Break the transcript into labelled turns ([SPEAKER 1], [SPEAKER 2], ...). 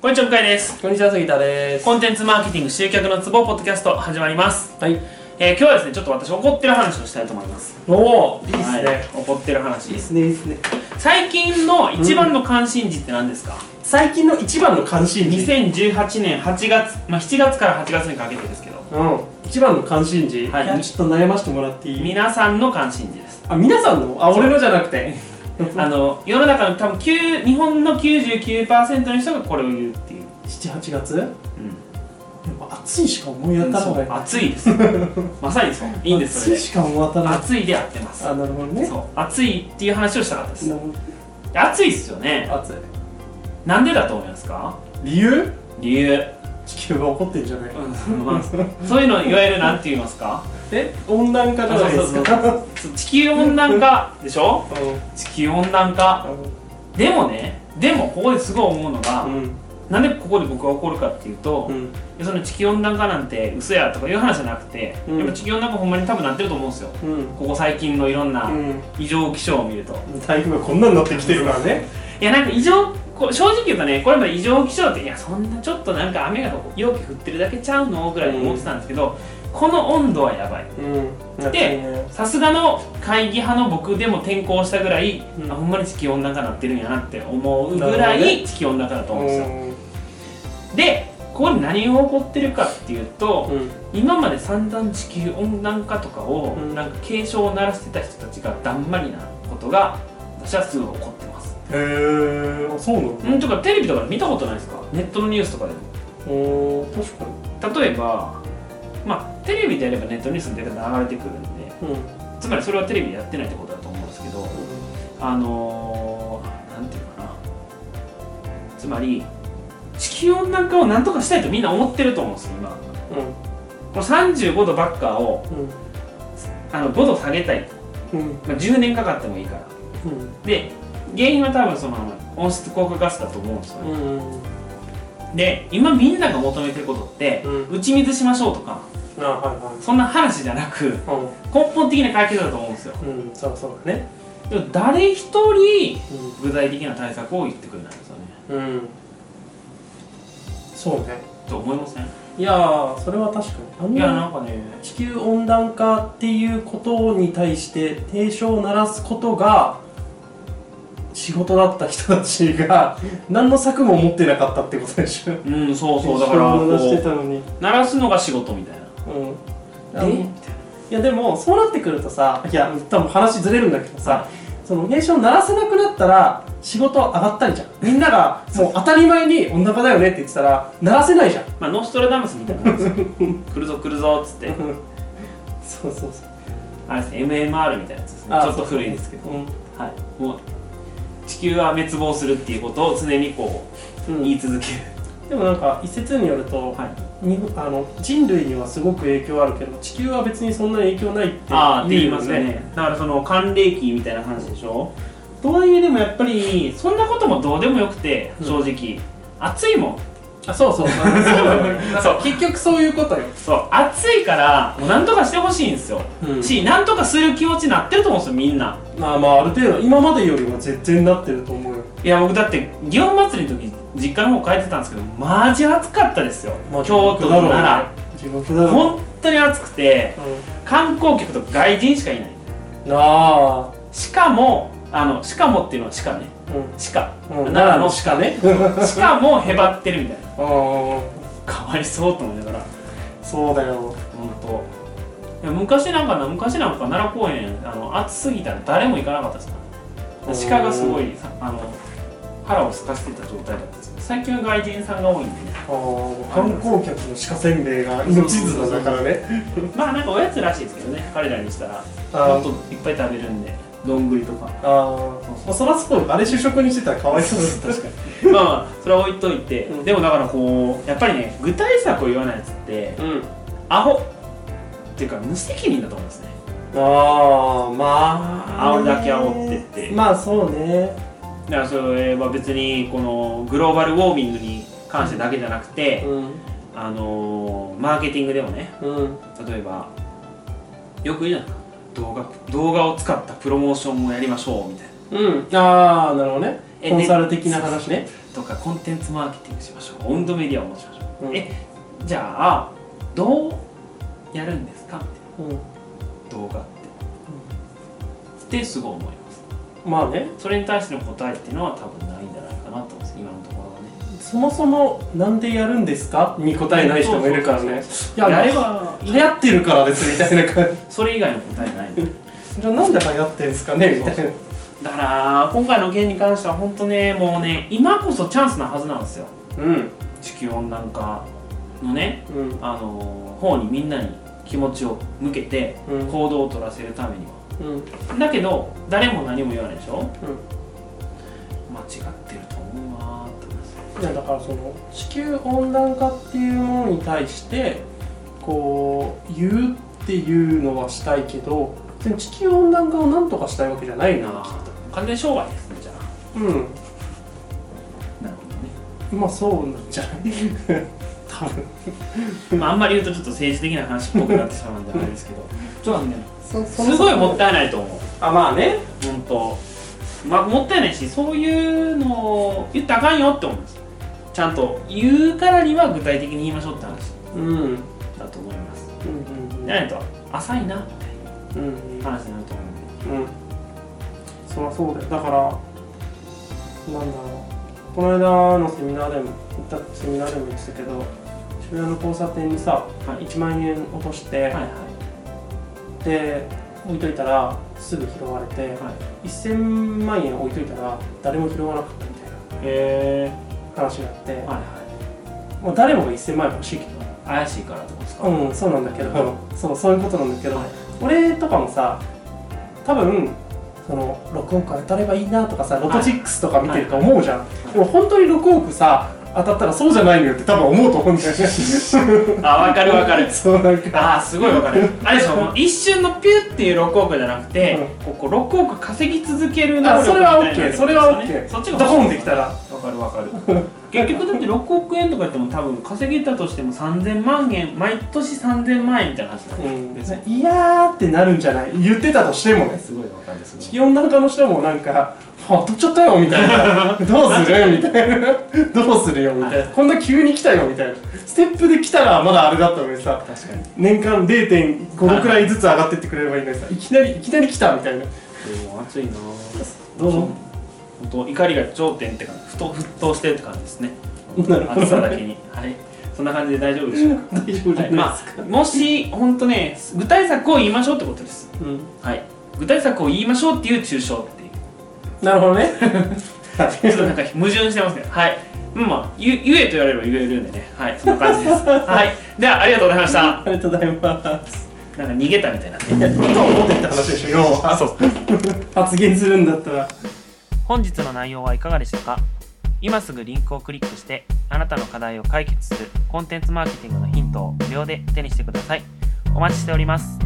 [SPEAKER 1] こんにちは向井です
[SPEAKER 2] こんにちは杉田です。
[SPEAKER 1] コンテンツマーケティング集客のツボポッドキャスト始まります、
[SPEAKER 2] はい。
[SPEAKER 1] えー、今日はですねちょっと私怒ってる話をしたいと思います
[SPEAKER 2] おお、いいっす
[SPEAKER 1] は
[SPEAKER 2] ね。
[SPEAKER 1] い怒ってる話
[SPEAKER 2] いいっすねいいっすね。
[SPEAKER 1] 最近の一番の関心事って何ですか、
[SPEAKER 2] 最近の一番の関心事。
[SPEAKER 1] 2018年8月、まあ、7月から8月にかけてですけど
[SPEAKER 2] うん。一番の関心事。
[SPEAKER 1] はい
[SPEAKER 2] いやちょっと悩ましてもらっていい？
[SPEAKER 1] 皆さんの関心事です
[SPEAKER 2] あ、皆さんの？あ、俺のじゃなくて。
[SPEAKER 1] あの世の中の多分9日本の99%の人がこれを言うっていう、
[SPEAKER 2] 七八月？でも暑いしか思い当たらない。
[SPEAKER 1] 暑いです まさにそういいんですそ
[SPEAKER 2] 暑
[SPEAKER 1] れ
[SPEAKER 2] い
[SPEAKER 1] で
[SPEAKER 2] しか思い当たらない。
[SPEAKER 1] 暑いでやってます
[SPEAKER 2] あ、なるほどね。
[SPEAKER 1] そう暑いっていう話をしたかったです
[SPEAKER 2] なるほ
[SPEAKER 1] 暑いっすよね
[SPEAKER 2] ど暑い。
[SPEAKER 1] なんでだと思いますか
[SPEAKER 2] 理由？
[SPEAKER 1] 理由、
[SPEAKER 2] 地球が怒ってんじゃない？
[SPEAKER 1] まあそういうのいわゆるなんて言いますか
[SPEAKER 2] え、温暖化じゃないです
[SPEAKER 1] あそう
[SPEAKER 2] か。
[SPEAKER 1] そう地球温暖化でしょ地球温暖化でもねでもここですごい思うのが、
[SPEAKER 2] うん。
[SPEAKER 1] なんでここで僕が怒るかっていうと
[SPEAKER 2] う、ん。
[SPEAKER 1] その地球温暖化なんて嘘やとかいう話じゃなくて、
[SPEAKER 2] うん
[SPEAKER 1] やっぱ地球温暖化ほんまに多分なってると思うんですよ
[SPEAKER 2] うん。
[SPEAKER 1] ここ最近のいろんな
[SPEAKER 2] うん。
[SPEAKER 1] 異常気象を見ると、
[SPEAKER 2] 台風がこんなになってきてるからね。
[SPEAKER 1] いやなんか異常こう正直言うとねこれまで異常気象っていやそんなちょっとなんか雨が容器降ってるだけちゃうのぐらいに思ってたんですけど、この温度はやばい
[SPEAKER 2] うん。
[SPEAKER 1] でさすがの会議派の僕でも転校したぐらい、
[SPEAKER 2] うん
[SPEAKER 1] あほんまに地球温暖化なってるんやなって思うぐら
[SPEAKER 2] なるほど
[SPEAKER 1] い地球温暖化だと思うんですよ、
[SPEAKER 2] う
[SPEAKER 1] でここに何が起こってるかっていうと、
[SPEAKER 2] ん、
[SPEAKER 1] 今まで散々地球温暖化とかを、
[SPEAKER 2] うん
[SPEAKER 1] なんか警鐘を鳴らしてた人たちがだんまりなことが私はすぐ起こってます
[SPEAKER 2] へえあそうなの
[SPEAKER 1] うんとかテレビとかで見たことないですかネットのニュースとかでも
[SPEAKER 2] おー確かに
[SPEAKER 1] 例えばまあテレビでやればネットニュースに出て流れてくるんで
[SPEAKER 2] うん
[SPEAKER 1] つまりそれはテレビでやってないってことだと思うんですけどあのー、なんていうのかなつまり地球温暖化をなんとかしたいとみんな思ってると思うんですよ今この35度ばっかを
[SPEAKER 2] う
[SPEAKER 1] あの5度下げたいと、
[SPEAKER 2] んうん
[SPEAKER 1] まあ、10年かかってもいいからで原因は多分その温室効果ガスだと思うんですよね、
[SPEAKER 2] うんうん
[SPEAKER 1] で今みんなが求めてることって、
[SPEAKER 2] う
[SPEAKER 1] 打ち水しましょうとか
[SPEAKER 2] あは
[SPEAKER 1] そんな話じゃなく
[SPEAKER 2] いは
[SPEAKER 1] 根本的な解決だと思うんですよ
[SPEAKER 2] いうんうんそうそうだね
[SPEAKER 1] でも誰一人具体的な対策を言ってくれないんですよね
[SPEAKER 2] うん、うん、そうね
[SPEAKER 1] と思いません、
[SPEAKER 2] いやーそれは確かにあん
[SPEAKER 1] いや
[SPEAKER 2] ま
[SPEAKER 1] なんかね
[SPEAKER 2] り地球温暖化っていうことに対して警鐘を鳴らすことが仕事だった人たちが何の策も持ってなかったってことでしょ
[SPEAKER 1] うんそうそうだから
[SPEAKER 2] 警
[SPEAKER 1] こ
[SPEAKER 2] 鐘を鳴らして
[SPEAKER 1] う
[SPEAKER 2] たのに
[SPEAKER 1] 鳴らすのが仕事みたいな
[SPEAKER 2] うん、
[SPEAKER 1] え
[SPEAKER 2] いやでもそうなってくるとさいや多分話ずれるんだけどさその名称鳴らせなくなったら仕事上がったりじゃんみんながもう当たり前に温暖化だよねって言ってたら鳴らせないじゃん
[SPEAKER 1] まあノストラダムスみたいなもんですよ来るぞ来るぞっつって
[SPEAKER 2] そうそうそう
[SPEAKER 1] あれですね MMR みたいなやつですね
[SPEAKER 2] あ
[SPEAKER 1] ちょっと古いですけど、
[SPEAKER 2] うん
[SPEAKER 1] はいもう地球は滅亡するっていうことを常にこう、
[SPEAKER 2] うん
[SPEAKER 1] 言い続ける
[SPEAKER 2] でもなんか一説によると、
[SPEAKER 1] はい
[SPEAKER 2] 日本あの人類にはすごく影響あるけど地球は別にそんな影響ないって
[SPEAKER 1] ああって言い
[SPEAKER 2] よ
[SPEAKER 1] ますよねだからその寒冷期みたいな話でしょとはいえでもやっぱりそんなこともどうでもよくて
[SPEAKER 2] うん
[SPEAKER 1] 正直、暑いもん
[SPEAKER 2] あそう そうそうなんだよ
[SPEAKER 1] そう
[SPEAKER 2] 結局そういうことよ、
[SPEAKER 1] そう暑いからもうなんとかしてほしいんですよ、
[SPEAKER 2] うん
[SPEAKER 1] しなんとかする気持ちになってると思うんですよみんな
[SPEAKER 2] まあまあある程度今までよりは絶対になってると思うよ
[SPEAKER 1] いや僕だって祇園祭りの時実家の方帰ってたんですけどマジ暑かったですよ、京都なら
[SPEAKER 2] 地獄だろうね
[SPEAKER 1] 本当に暑くて観光客と外人しかいない
[SPEAKER 2] うんああ
[SPEAKER 1] しかもあのしかもっていうのは鹿ね
[SPEAKER 2] う
[SPEAKER 1] 鹿、
[SPEAKER 2] うん
[SPEAKER 1] 奈良の
[SPEAKER 2] 奈良
[SPEAKER 1] 鹿
[SPEAKER 2] の鹿ね
[SPEAKER 1] ね鹿もへばってるみたいなんかわいそうと思いながら
[SPEAKER 2] そうだよ
[SPEAKER 1] 本当。いや昔なんかな昔なんか奈良公園あの暑すぎたら誰も行かなかったですからね鹿がすごいさあの腹を空かせてた状態だったんですよ最近は外人さんが多いんでね
[SPEAKER 2] あー観光客の鹿せんべいが命綱だからね
[SPEAKER 1] まあなんかおやつらしいですけどね彼らにしたら
[SPEAKER 2] あ
[SPEAKER 1] もっといっぱい食べるんでどんぐりとか
[SPEAKER 2] ああそらそうあれ主食にしてたらかわい そうだ確か
[SPEAKER 1] まあまあそれは置いといて、
[SPEAKER 2] うん
[SPEAKER 1] でもだからこうやっぱりね具体策を言わないやつって
[SPEAKER 2] にうん
[SPEAKER 1] アホっていうか無責任だと思うんですね
[SPEAKER 2] ああまあ
[SPEAKER 1] 煽るだけ煽ってって
[SPEAKER 2] まあそうね
[SPEAKER 1] だからそれは別にこのグローバルウォーミングに関してだけじゃなくて、
[SPEAKER 2] うん
[SPEAKER 1] あのーマーケティングでもね
[SPEAKER 2] うん
[SPEAKER 1] 例えばよく言うじゃない動画動画を使ったプロモーションもやりましょうみたいな
[SPEAKER 2] うんああなるほどね
[SPEAKER 1] え
[SPEAKER 2] コンサル的な話ね
[SPEAKER 1] とかコンテンツマーケティングしましょうオウンドメディアを持ちましょう、
[SPEAKER 2] うん
[SPEAKER 1] えじゃあどうやるんですかみたい
[SPEAKER 2] うん
[SPEAKER 1] な動画って、ってすごい思います
[SPEAKER 2] まあね
[SPEAKER 1] それに対しての答えっていうのは多分ないんじゃないかなと思うんです今のところはね
[SPEAKER 2] そもそもなんでやるんですかに答えない人もいるからねいや
[SPEAKER 1] や
[SPEAKER 2] や
[SPEAKER 1] れ
[SPEAKER 2] れば
[SPEAKER 1] ば
[SPEAKER 2] 流行ってるからですみたいな感
[SPEAKER 1] それ以外の答えないんで
[SPEAKER 2] じじゃあなんで流行ってるんですかねみたいな
[SPEAKER 1] だから今回の件に関しては本当ねもうね今こそチャンスなはずなんですよ
[SPEAKER 2] うん
[SPEAKER 1] 地球温暖化のね
[SPEAKER 2] うん
[SPEAKER 1] あのー方にみんなに気持ちを向けて
[SPEAKER 2] うん
[SPEAKER 1] 行動を取らせるためには
[SPEAKER 2] うん
[SPEAKER 1] だけど誰も何も言わないでしょ間違ってると思うなーって思います
[SPEAKER 2] いやだからその地球温暖化っていうものに対してこう言うっていうのはしたいけど別に地球温暖化をなんとかしたいわけじゃないな
[SPEAKER 1] 完全商売ですねじゃあ
[SPEAKER 2] うん
[SPEAKER 1] なるほどね
[SPEAKER 2] まあそうなんじゃない多分
[SPEAKER 1] まあ、あんまり言うとちょっと政治的な話っぽくなってしまうんじゃないですけど ちょっとね
[SPEAKER 2] そ
[SPEAKER 1] すごいもったいないと思う
[SPEAKER 2] あまあね
[SPEAKER 1] 本当まあもったいないしそういうのを言ったらあかんよって思うんですちゃんと言うからには具体的に言いましょうって話
[SPEAKER 2] うんうんうん
[SPEAKER 1] だと思います
[SPEAKER 2] うん
[SPEAKER 1] じゃないと浅いなみたい
[SPEAKER 2] うん
[SPEAKER 1] な話になると思うんで
[SPEAKER 2] うんそりゃそうだよだからなんだろうこの間のセミナーでも行ったセミナーでも言ってたけど渋谷の交差点にさ、
[SPEAKER 1] はい
[SPEAKER 2] 1万円落として、
[SPEAKER 1] はいはい
[SPEAKER 2] で置いといたらすぐ拾われて、
[SPEAKER 1] はい
[SPEAKER 2] 1000万円置いといたら誰も拾わなかったみたいな
[SPEAKER 1] へ
[SPEAKER 2] 話があって、
[SPEAKER 1] えはいは
[SPEAKER 2] まあ、誰もが1000万円欲しいけど
[SPEAKER 1] い怪しいからってことですか、
[SPEAKER 2] うんそうなんだけどそうそういうことなんだけど、
[SPEAKER 1] はい
[SPEAKER 2] 俺とかもさ多分その6億当たればいいなとかさロト6とか見てると思うじゃん、
[SPEAKER 1] い
[SPEAKER 2] でも本当に6億さ当たったらそうじゃないのよって多分思うと思うんだよね
[SPEAKER 1] あ分かる分かる
[SPEAKER 2] そうなんか
[SPEAKER 1] ああすごいわかるあれでしょもう一瞬のピュっていう6億じゃなくて、ここ6億稼ぎ続ける能
[SPEAKER 2] あ
[SPEAKER 1] 力
[SPEAKER 2] そ
[SPEAKER 1] み
[SPEAKER 2] れは
[SPEAKER 1] たいな
[SPEAKER 2] OK それは
[SPEAKER 1] そっち
[SPEAKER 2] OK
[SPEAKER 1] が
[SPEAKER 2] ドコンできたら
[SPEAKER 1] わかるわかる結局だって6億円とかやっても多分稼げたとしても3000万円毎年3000万円みたいな話だね、別に
[SPEAKER 2] いやーってなるんじゃない言ってたとしてもね
[SPEAKER 1] すごいわかるす
[SPEAKER 2] 地球温暖化の人もなんか「あ当たっちゃったよ」みたい な「どうする?」みたいな「どうするよ」みたい な「こんな急に来たよ」みたいなステップで来たらまだあれだったのにさ
[SPEAKER 1] 確かに
[SPEAKER 2] 年間0.5度くらいずつ上がってってくれればいいのにさいきなりいきなり来たみたいな
[SPEAKER 1] でも暑いな
[SPEAKER 2] どうぞ
[SPEAKER 1] 本当怒りが頂点って感じふと沸騰してるって感じですね
[SPEAKER 2] なるほど
[SPEAKER 1] 暑さだけにはいそんな感じで大丈夫で しょうか
[SPEAKER 2] 大丈夫じゃ
[SPEAKER 1] は
[SPEAKER 2] ないいですか、
[SPEAKER 1] まあ、もし本当ね具体策を言いましょうってことです
[SPEAKER 2] うん
[SPEAKER 1] はい具体策を言いましょうっていう抽象っていう
[SPEAKER 2] なるほど ね
[SPEAKER 1] ちょっとなんか矛盾してますね。はい。うんまあ、ゆ言えと言われれば言えるんでね。はい、そんな感じです。はい。では、ありがとうございました。なん
[SPEAKER 2] ありがとうございます
[SPEAKER 1] か逃げたみたいになってる。
[SPEAKER 2] どう思ってった話でしょ要は
[SPEAKER 1] そう。
[SPEAKER 2] 発言するんだったら
[SPEAKER 1] 本日の内容はいかがでしたか今すぐリンクをクリックしてあなたの課題を解決するコンテンツマーケティングのヒントを無料で手にしてくださいお待ちしております